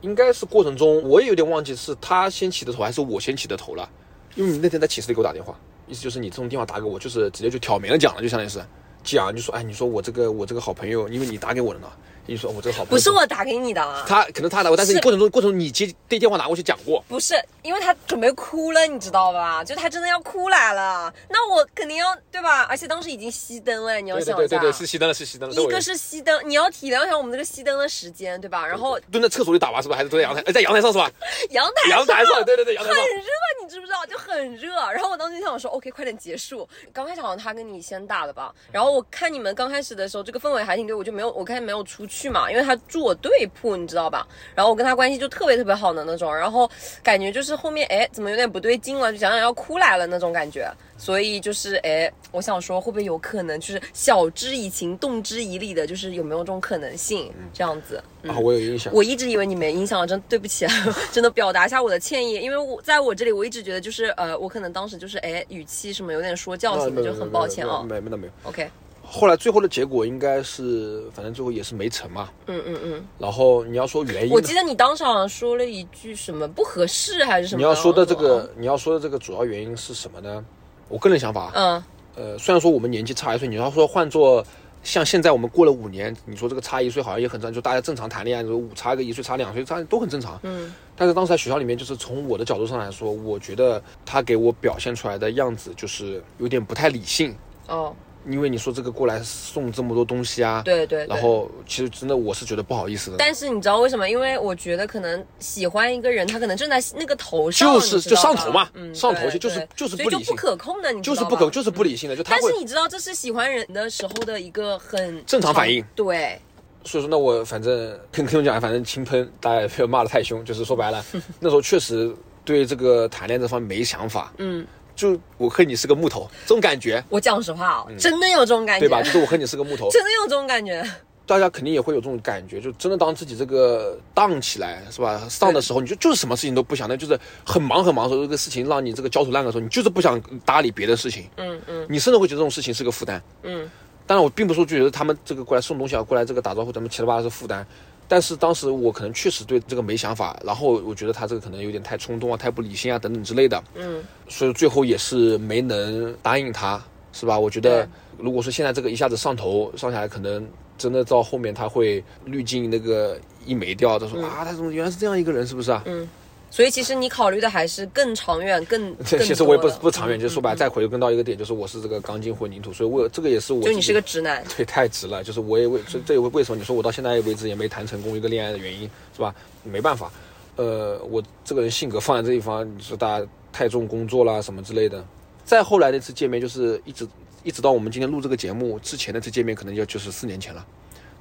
B: 应该是过程中我也有点忘记是他先起的头还是我先起的头了，因为你那天在寝室里给我打电话，意思就是你这种电话打给我就是直接就挑明了讲了，就相当于是讲就说哎你说我这个我这个好朋友，因为你打给我的呢，你说哦我这个好朋
A: 不
B: 友
A: 是我打给你的啊。
B: 他可能他打我，但是
A: 是
B: 过程中过程中你接对电话拿过去讲过，
A: 不是，因为他准备哭了，你知道吧？就他真的要哭来了，那我肯定要对吧？而且当时已经熄灯了，你要
B: 对
A: 想
B: 对
A: 一
B: 对
A: 下，
B: 对对是熄灯了是熄灯了，这
A: 一
B: 我也
A: 个是熄灯，你要体谅一下我们这个熄灯的时间，对吧？然后
B: 蹲在厕所里打吧，是吧？还是蹲在
A: [laughs]
B: 阳台？哎，在阳台上是吧？
A: 阳台
B: 阳台上，对对对，阳台
A: 很
B: 上。
A: 热，你知不知道？就很热。然后我当时就想说，OK，快点结束。刚开始好像他跟你先打的吧。然后我看你们刚开始的时候，这个氛围还挺对，我就没有，我开始没有出去嘛，因为他住我对铺，你知道吧？然后我跟他关系就特别特别好的那种。然后感觉就是后面哎，怎么有点不对劲了，就想想要哭来了那种感觉。所以就是哎，我想说，会不会有可能就是晓之以情，动之以理的，就是有没有这种可能性？这样子，
B: 啊，我有印象。
A: 嗯我一直以为你没印象，真对不起，啊， [laughs] 真的表达一下我的歉意，因为我在我这里，我一直觉得就是呃，我可能当时就是哎语气什么有点说教
B: 那
A: 性的，
B: 没
A: 就
B: 有
A: 很抱歉啊。
B: 没有没有没有没有。
A: OK，
B: 后来最后的结果应该是，反正最后也是没成嘛。
A: 嗯嗯嗯，
B: 然后你要说原因
A: 我，记得你当时好像说了一句什么不合适还是什么。
B: 你要说的这
A: 然后
B: 个，你要说的这个主要原因是什么呢？我个人想
A: 我，
B: 法，
A: 嗯，
B: 呃，虽然说我们年纪差一岁，你要说换做像现在我们过了五年，你说这个差一岁好像也很正常，就大家正常谈恋爱，说五差个一岁差两岁差都很正常。嗯。但是当时在学校里面，就是从我的角度上来说，我觉得他给我表现出来的样子就是有点不太理性。
A: 哦，
B: 因为你说这个过来送这么多东西啊，
A: 对对对
B: 然后其实真的我是觉得不好意思的，
A: 但是你知道为什么？因为我觉得可能喜欢一个人，他可能正在那个头上，
B: 就是
A: 你知道吧
B: 就上头嘛
A: 嗯，
B: 上头
A: 对
B: 去就是
A: 对
B: 就是
A: 所以
B: 不理
A: 就
B: 性
A: 不可控的，你知
B: 就是
A: 道
B: 不可
A: 吧。
B: 就是不理性的，就他
A: 但
B: 会
A: 是你知道这是喜欢人的时候的一个很
B: 正常反应，
A: 对，
B: 所以说，那我反正跟跟我讲，反正轻喷，大家也不要骂得太凶。就是说白了，那时候确实对这个谈恋爱这方面没想法。嗯，就我恨你是个木头，这种感觉，
A: 我讲实话啊、真的有这种感觉，
B: 嗯对吧？就是我恨你是个木头，
A: 真的有这种感
B: [laughs]
A: 觉，
B: 大家肯定也会有这种感觉，就真的当自己这个荡起来是吧？上的时候，你就就是什么事情都不想，那就是很忙很忙的时候，这个事情让你这个焦头烂额的时候，你就是不想搭理别的事情。
A: 嗯嗯
B: 你甚至会觉得这种事情是个负担。
A: 嗯，
B: 当然我并不是说觉得他们这个过来送东西啊，过来这个打招呼，咱们七七八八是负担。但是当时我可能确实对这个没想法，然后我觉得他这个可能有点太冲动啊、太不理性啊等等之类的，
A: 嗯，
B: 所以最后也是没能答应他，是吧？我觉得
A: 对
B: 如果说现在这个一下子上头上下来，可能真的到后面他会滤镜那个一没掉，他说、
A: 嗯
B: 啊，他怎么原来是这样一个人，是不是啊？嗯，
A: 所以其实你考虑的还是更长远、更更
B: [laughs] 其实我也不
A: 多嗯的
B: 不长远，就说白了，再回跟到一个点，就是我是这个钢筋混凝土，所以我这个也是我
A: 就你
B: 自己
A: 是个直男，
B: 对，太直了，就是我也为这这也为为什么你说我到现在为止也没谈成功一个恋爱的原因是吧？没办法，呃，我这个人性格放在这地方，你说大家太重工作啦什么之类的。再后来的一次见面，就是一直一直到我们今天录这个节目之前的一次见面，可能要就是四年前了。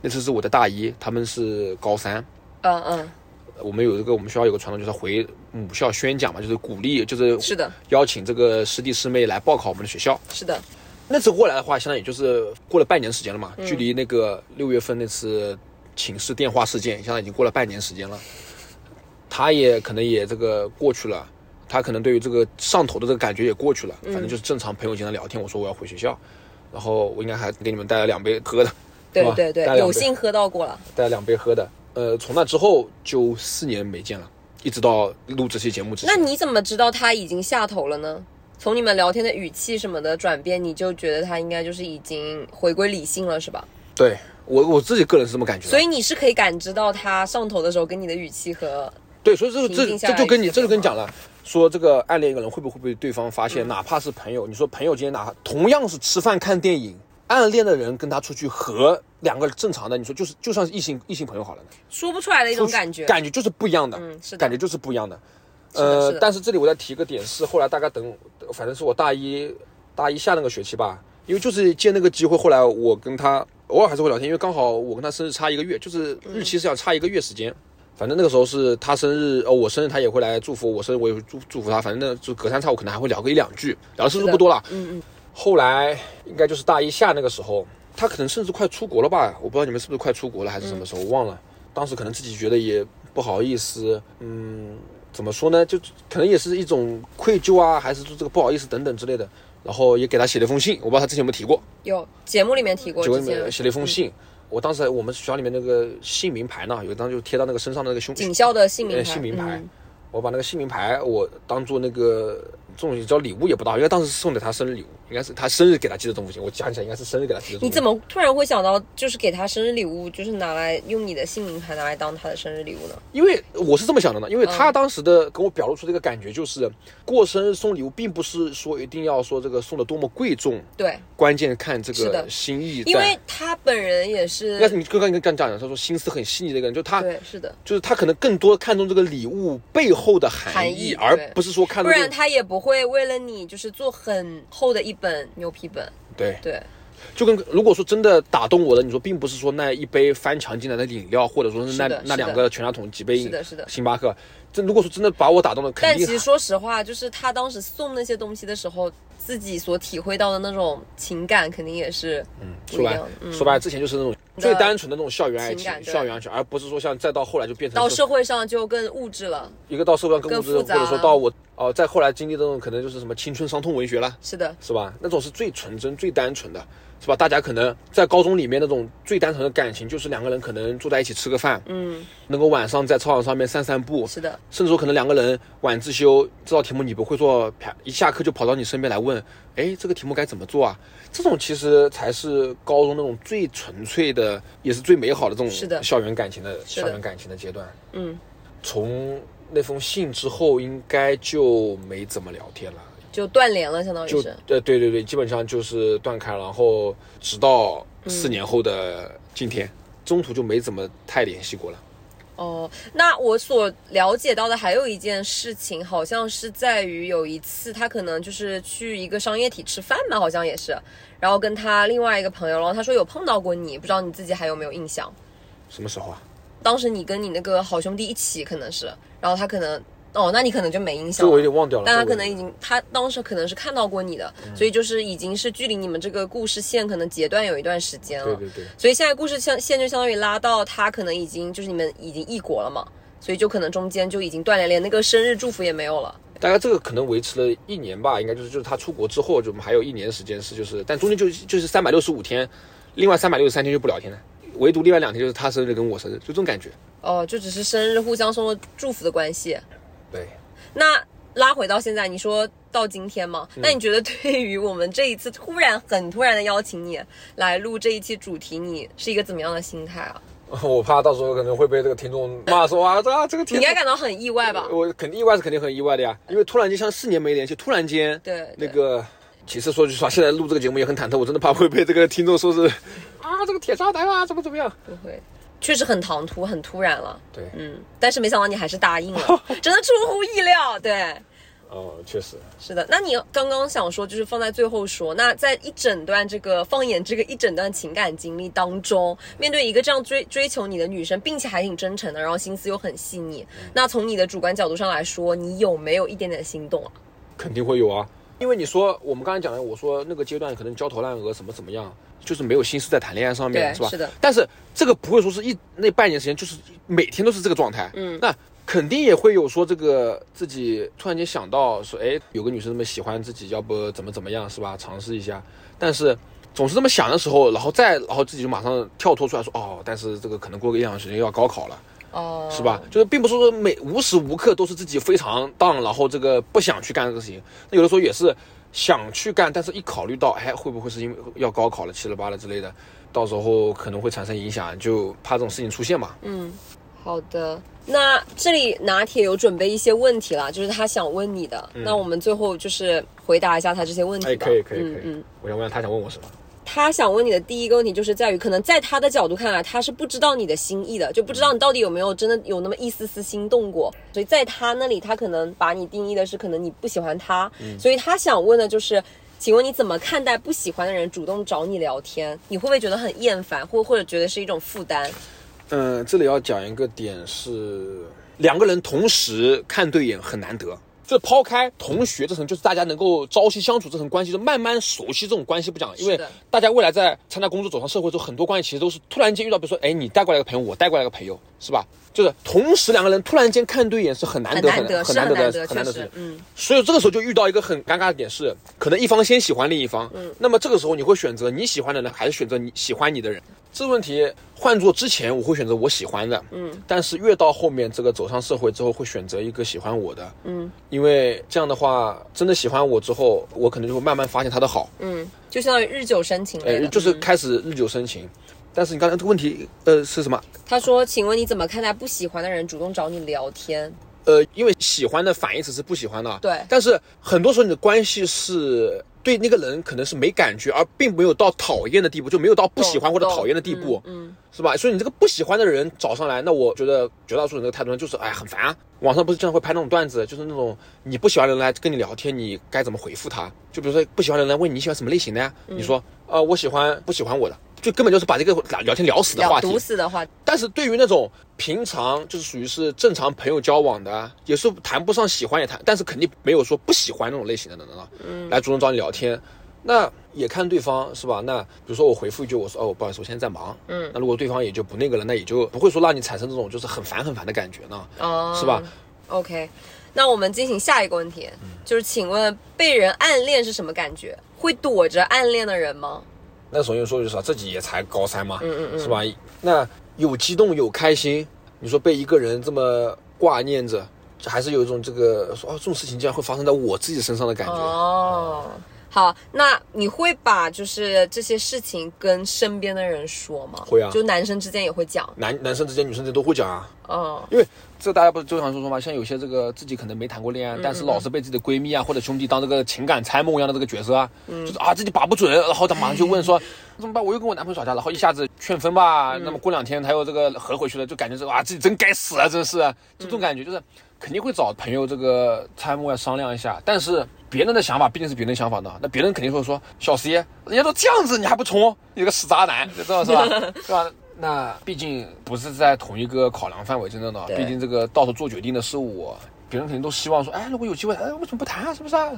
B: 那次是我的大一，他们是高三，
A: 嗯嗯，
B: 我们有这个我们学校有个传统，就是回母校宣讲嘛，就是鼓励，就是
A: 是的，
B: 邀请这个师弟师妹来报考我们的学校。
A: 是的，
B: 那次过来的话，相当于就是过了半年时间了嘛，距离那个六月份那次寝室电话事件，相当于已经过了半年时间了。他也可能也这个过去了，他可能对于这个上头的这个感觉也过去了，反正就是正常朋友间的聊天。我说我要回学校，然后我应该还给你们带了两杯喝的， [laughs]
A: 对
B: 好吧
A: 对对
B: 带，了两
A: 有
B: 杯
A: 幸喝到过了，
B: 带了两杯喝的。呃，从那之后就四年没见了，一直到录这期节目之前
A: 那。你怎么知道他已经下头了呢？从你们聊天的语气什么的转变，你就觉得他应该就是已经回归理性了，是吧？
B: 对我我自己个人是这么感觉的。
A: 所以你是可以感知到他上头的时候跟你的语气和
B: 对，所以这个
A: 平
B: 这
A: 静下来
B: 这就跟
A: 一
B: 你
A: 些
B: 这就跟你
A: 变
B: 讲了，说这个暗恋一个人会不会被对方发
A: 嗯
B: 现，哪怕是朋友，你说朋友间哪怕同样是吃饭看电影，暗恋的人跟他出去和两个正常的，你说就是就算是异性异性朋友好了，
A: 说不出来的一种感觉。
B: 感觉就是不一样的，
A: 嗯是的
B: 感觉就是不一样的。
A: 的
B: 呃
A: 是的，
B: 但是这里我再提一个点是，后来大概等，反正是我大一大一下那个学期吧，因为就是借那个机会，后来我跟他偶尔还是会聊天，因为刚好我跟他生日差一个月，就是日期是要差一个月时间。反正那个时候是他生日，哦，我生日他也会来祝福我生日，我也会祝祝福他。反正那就隔三差五可能还会聊个一两句，聊的次数不多了。
A: 嗯嗯，
B: 后来应该就是大一下那个时候，他可能甚至快出国了吧？我不知道你们是不是快出国了，还是什么
A: 嗯
B: 时候，我忘了。当时可能自己觉得也不好意思，嗯，怎么说呢？就可能也是一种愧疚啊，还是说这个不好意思等等之类的。然后也给他写了一封信，我不知道他之前有没有提过，
A: 有节目里面提过
B: 结果
A: 之
B: 里
A: 前嗯
B: 面写了一封信。我当时我们学校里面那个姓名牌呢，有一张就贴到那个身上的那个胸
A: 警校的姓名牌，
B: 呃姓名牌，
A: 嗯
B: 我把那个姓名牌我当做那个这种叫礼物也不大，因为当时是送给他生日礼物，应该是他生日给他寄的东西，我想起来应该是生日给他寄的东西。
A: 你怎么突然会想到就是给他生日礼物，就是拿来用你的姓名牌拿来当他的生日礼物呢？
B: 因为我是这么想
A: 嗯
B: 的呢，因为他当时的跟我表露出这个感觉就是，过生日送礼物并不是说一定要说这个送的多么贵重，
A: 对，
B: 关键看这
A: 是
B: 个
A: 的
B: 心意在。
A: 因为他本人也
B: 应该是
A: 是，
B: 你刚刚刚讲的，他说心思很细腻的一个人，就他
A: 对，是的，
B: 就是他可能更多看重这个礼物背后的含义，
A: 含义
B: 而
A: 对
B: 不是说看
A: 不
B: 重这个
A: 然他也不会为了你就是做很厚的一本牛皮本。
B: 对
A: 对，
B: 就跟如果说真的打动我的，你说并不是说那一杯翻墙进来的饮料，或者说是那
A: 是的
B: 那
A: 是的
B: 两个全家桶几杯饮
A: 是的是的
B: 星巴克，这如果说真的把我打动了，肯
A: 但
B: 定
A: 其实说实话，就是他当时送那些东西的时候，自己所体会到的那种情感，肯定也是不
B: 说
A: 一
B: 白
A: 样
B: 了。
A: 嗯，
B: 说白了，之前就是那种
A: 的
B: 最单纯的那种校园爱
A: 情
B: 情
A: 感，对
B: 校园爱情，而不是说像再到后来就变成
A: 到
B: 是
A: 社会上就更物质了。
B: 一个到社会上更物质，
A: 更
B: 或
A: 复杂了
B: 者说到我哦、再后来经历这种可能就是什么青春伤痛文学了。
A: 是的，
B: 是吧？那种是最纯真、最单纯的，是吧？大家可能在高中里面那种最单纯的感情，就是两个人可能坐在一起吃个饭，
A: 嗯，
B: 能够晚上在操场上面散散步，
A: 是的，
B: 甚至说可能两个人晚自修这道题目你不会做，啪一下课就跑到你身边来问，哎，这个题目该怎么做啊？这种其实才是高中那种最纯粹的，也是最美好的这
A: 是
B: 种
A: 的
B: 校园感情的
A: 是
B: 校
A: 的
B: 园感情的阶段。
A: 嗯，
B: 从那封信之后，应该就没怎么聊天了。
A: 就断联了，相当于。
B: 就是呃对对对，基本上就是断开，然后直到
A: 嗯
B: 四年后的今天，中途就没怎么太联系过了。
A: 哦，那我所了解到的还有一件事情，好像是在于有一次他可能就是去一个商业体吃饭嘛，好像也是，然后跟他另外一个朋友，然后他说有碰到过你，不知道你自己还有没有印象？
B: 什么时候啊？
A: 当时你跟你那个好兄弟一起，可能是，然后他可能，哦，那你可能就没印象
B: 这
A: 了。
B: 我有点忘掉了。
A: 但哦他
B: 这
A: 可
B: 我有嗯
A: 能
B: 点
A: 已经，他当时可能是看到过你的，所以就是已经是距离你们这个故事线可能截断有一段时间了。
B: 对对对，
A: 所以现在故事相线就相当于拉到他可能已经就是你们已经异国了嘛，所以就可能中间就已经断联，连那个生日祝福也没有了。
B: 大概这个可能维持了一年吧，应该就是就是他出国之后，就我们还有一年时间是就是，但中间就就是三百六十五天，另外三百六十三天就不聊天了，唯独另外两天就是他生日跟我生日，就这种感觉。
A: 哦，就只是生日互相送了祝福的关系。
B: 对， [laughs]
A: 那拉回到现在，你说到今天嘛，那你觉得对于我们这一次突然很突然的邀请你来录这一期主题，你是一个怎么样的心态啊？
B: 我怕到时候可能会被这个听众骂说啊，这啊这个
A: 你
B: 听
A: 应该感到很意外吧？
B: 我肯定意外是肯定很意外的呀，因为突然间像四年没联系，突然间
A: 对对
B: 那个。其实说句实话，现在录这个节目也很忐忑，我真的怕会被这个听众说是啊，这个铁砂男啊，怎么怎么样？
A: 不会，确实很唐突，很突然了。
B: 对，
A: 嗯，但是没想到你还是答应了，真的出乎意料。对，
B: 哦，确实，
A: 是的，那你刚刚想说，就是放在最后说，那在一整段这个放眼这个一整段情感经历当中，面对一个这样追追求你的女生，并且还挺真诚的，然后心思又很细腻，那从你的主观角度上来说，你有没有一点点心动啊？
B: 肯定会有啊，因为你说我们刚才讲的，我说那个阶段可能焦头烂额，怎么怎么样，就是没有心思在谈恋爱上面，
A: 对
B: 是吧？
A: 是的。
B: 但是这个不会说是一那半年时间，就是每天都是这个状态，嗯，那。肯定也会有说这个自己突然间想到说，哎，有个女生这么喜欢自己，要不怎么怎么样是吧？尝试一下。但是总是这么想的时候，然后再然后自己就马上跳脱出来说，哦，但是这个可能过个一两个时间又要高考了，
A: 哦、
B: 是吧？？就是并不是说每无时无刻都是自己非常当，然后这个不想去干这个事情。那有的时候也是想去干，但是一考虑到，哎，会不会是因为要高考了、七了八了之类的，到时候可能会产生影响，就怕这种事情出现嘛。
A: 嗯好的，那这里拿铁有准备一些问题啦，就是他想问你的，那我们最后就是回答一下他这些问
B: 哎
A: 题吧。嗯嗯。
B: 我想问他想问我什么？
A: 他想问你的第一个问题就是在于，可能在他的角度看来，他是不知道你的心意的，就不知道你到底有没有真的有那么一丝丝心动过。所以在他那里，他可能把你定义的是可能你不喜欢他，
B: 嗯
A: 所以他想问的就是，请问你怎么看待不喜欢的人主动找你聊天？你会不会觉得很厌烦，或或者觉得是一种负担？
B: 嗯，这里要讲一个点是，两个人同时看对眼很难得。就抛开同学这层，就是大家能够朝夕相处这层关系，就慢慢熟悉这种关系不讲，因为
A: 是的
B: 大家未来在参加工作、走上社会之后，很多关系其实都是突然间遇到，比如说，哎，你带过来一个朋友，我带过来一个朋友，是吧？就是同时两个人突然间看对眼是很难
A: 很
B: 得、
A: 难
B: 很
A: 得
B: 很
A: 是很
B: 难得
A: 难
B: 的、
A: 得
B: 很难得的
A: 确
B: 事
A: 实
B: 情。
A: 嗯，
B: 所以这个时候就遇到一个很尴尬的点是，可能一方先喜欢另一方，嗯，那么这个时候你会选择你喜欢的人，还是选择你喜欢你的人？这个问题换做之前，我会选择我喜欢的，嗯，但是越到后面这个走上社会之后，会选择一个喜欢我的，嗯，因为这样的话，真的喜欢我之后，我可能就会慢慢发现他的好，
A: 嗯，就相当于日久生情类
B: 哎，
A: 的。
B: 就是开始日久生情。但是你刚才这个问题，呃，是什么？
A: 他说，请问你怎么看待不喜欢的人主动找你聊天？
B: 呃，因为喜欢的反义词是不喜欢的，啊
A: 对
B: 但是很多时候你的关系是对那个人可能是没感觉，而并没有到讨厌的地步，就没有到不喜欢或者
A: 懂
B: 讨厌的地步，
A: 嗯，
B: 是吧？所以你这个不喜欢的人找上来，那我觉得绝大多数人的态度呢就是，哎，很烦啊。网上不是经常会拍那种段子，就是那种你不喜欢的人来跟你聊天，你该怎么回复他？就比如说不喜欢的人来问你你喜欢什么类型的呀，你说，呃，我喜欢不喜欢我的，就根本就是把这个聊聊天聊死的
A: 聊
B: 话题，
A: 毒死的话题，
B: 但是对于那种平常就是属于是正常朋友交往的啊，也是谈不上喜欢也谈，但是肯定没有说不喜欢那种类型的人了，嗯，来主动找你聊天，那也看对方是吧？那比如说我回复一句，我说哦，不好意思，我现在在忙，嗯，那如果对方也就不那个了，那也就不会说让你产生这种就是很烦很烦的感觉呢，
A: 哦，
B: 是吧？
A: OK，那我们进行下一个问题，
B: 嗯
A: 就是请问被人暗恋是什么感觉？会躲着暗恋的人吗？
B: 那首先说句实话，自己也才高三嘛，嗯嗯嗯，是吧？那有激动有开心，你说被一个人这么挂念着，还是有一种这个说哦，这种事情竟然会发生在我自己身上的感觉。
A: 哦，好，那你会把就是这些事情跟身边的人说吗？
B: 会啊
A: 就男生之间也会讲。
B: 男男生之间、女生之间都会讲啊，
A: 嗯，
B: 因为这大家不是经常说说嘛，像有些这个自己可能没谈过恋爱，但是老是被自己的闺蜜啊或者兄弟当这个情感参谋一样的这个角色啊，就是啊自己把不准，然后他马上就问说 [laughs] 怎么办，我又跟我男朋友吵架了，然后一下子劝分吧，那么过两天他又这个合回去了，就感觉这个啊自己真该死啊，真是就这种感觉，就是肯定会找朋友这个参谋啊商量一下，但是。别人的想法毕竟是别人的想法呢，那别人肯定会说小 C，人家都这样子你还不从，你个死渣男，你知道是吧？是吧？那毕竟不是在同一个考量范围之内的，
A: 对
B: 毕竟这个到时候做决定的是我，别人肯定都希望说，哎，如果有机会，哎，为什么不谈啊？是不是啊？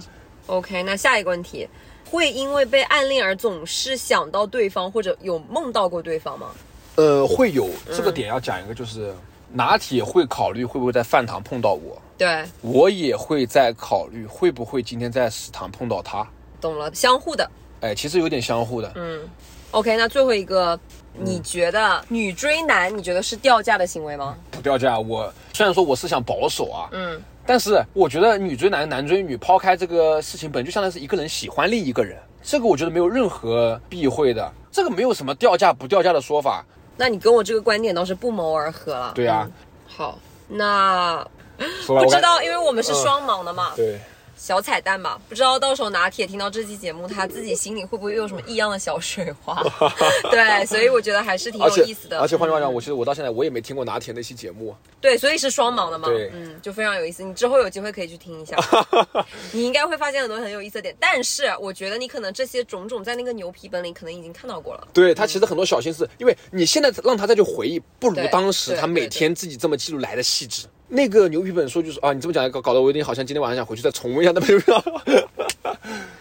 A: OK，那下一个问题，会因为被暗恋而总是想到对方，或者有梦到过对方吗？
B: 呃，会有这个点要讲一个，就是拿铁会考虑会不会在饭堂碰到我，
A: 对，
B: 我也会在考虑会不会今天在食堂碰到他。
A: 懂了，相互的。
B: 哎，其实有点相互的。
A: OK，那最后一个，你
B: 嗯
A: 觉得女追男，你觉得是掉价的行为吗？
B: 不掉价，我虽然说我是想保守啊，嗯，但是我觉得女追男，男追女，抛开这个事情本就相当于是一个人喜欢另一个人，这个我觉得没有任何避讳的，这个没有什么掉价不掉价的说法。
A: 那你跟我这个观点倒是不谋而合了。嗯
B: 对啊，
A: 好，那
B: 说吧
A: 不知
B: 我感嗯
A: 道，因为我们是双盲的嘛，
B: 对，
A: 小彩蛋吧。不知道到时候拿铁听到这期节目，他自己心里会不会有什么异样的小水
B: [laughs]
A: 花？对，所以我觉得还是挺
B: 而
A: 有
B: 且
A: 意思的。
B: 而且换句话讲，我其实我到现在我也没听过拿铁那期节目，
A: 对，所以是双盲的嘛，
B: 对
A: 嗯，就非常有意思。你之后有机会可以去听一
B: [laughs]
A: 下，你应该会发现很多很有意思的点。但是我觉得你可能这些种种在那个牛皮本里可能已经看到过了。
B: 对他其实很多小心思，因为你现在让他再去回忆，不如
A: 对
B: 当时
A: 对
B: 他每
A: 对
B: 天自己这么记录来的细致。那个牛皮本书就是啊，你这么讲搞搞得我有点好像今天晚上想回去再重温一下那本书。 [laughs]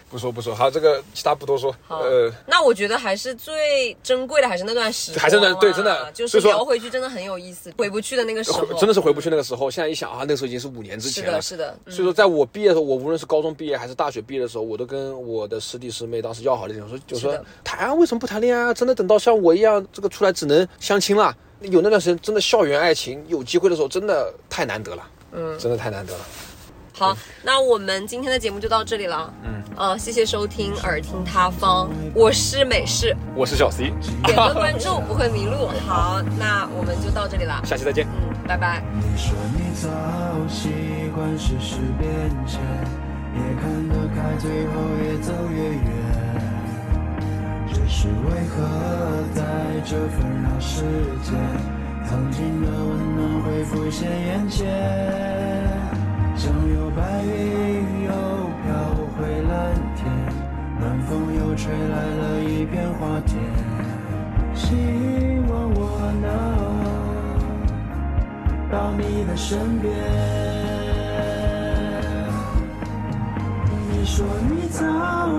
B: 不说不说，好，这个其他不多说。
A: 好
B: 呃，
A: 那我觉得还是最珍贵的还是那段时光啊，
B: 还是那对真的
A: 就
B: 所
A: 是
B: 以说
A: 聊回去真的很有意思，回不去的那个时候
B: 回，真的是回不去那个时候。现在一想啊，那时候已经是五年之前了。
A: 是的嗯是的
B: 所以说，在我毕业的时候，我无论是高中毕业还是大学毕业的时候，我都跟我的师弟师妹当时要好的那种说，就说
A: 是的
B: 谈啊，为什么不谈恋爱啊？真的等到像我一样，这个出来只能相亲了。有那段时间，真的校园爱情，有机会的时候，真的太难得了。嗯，真的太难得了。嗯
A: 好，那我们今天的节目就到这里了。嗯，呃，谢谢收听《耳听他方》，我是美式，
B: 我是小 C，
A: 点个关
B: [laughs]
A: 注不会迷路。好，那我们就到这里了。
B: 下期再见。
A: 嗯，拜拜。
C: 你说你早习惯世事变迁，也看得开，最后越走越远。这是为何在这纷扰世界，曾经的温暖会浮现眼前，像有白云又飘回蓝天，暖风又吹来了一片花田，希望我能。到你的身边。你说你早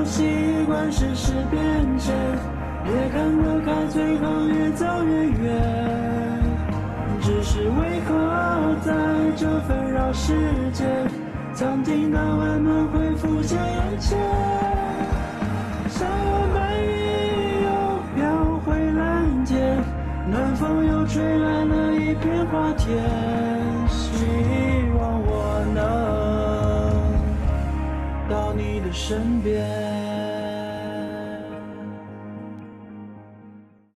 C: 习惯世事变迁，也看得开，最后越走越远。只是为何在这纷扰世界，曾经的温暖会浮现眼前？山有白云又飘回蓝天，暖风又吹来了一片花田。希望我能到你的身边。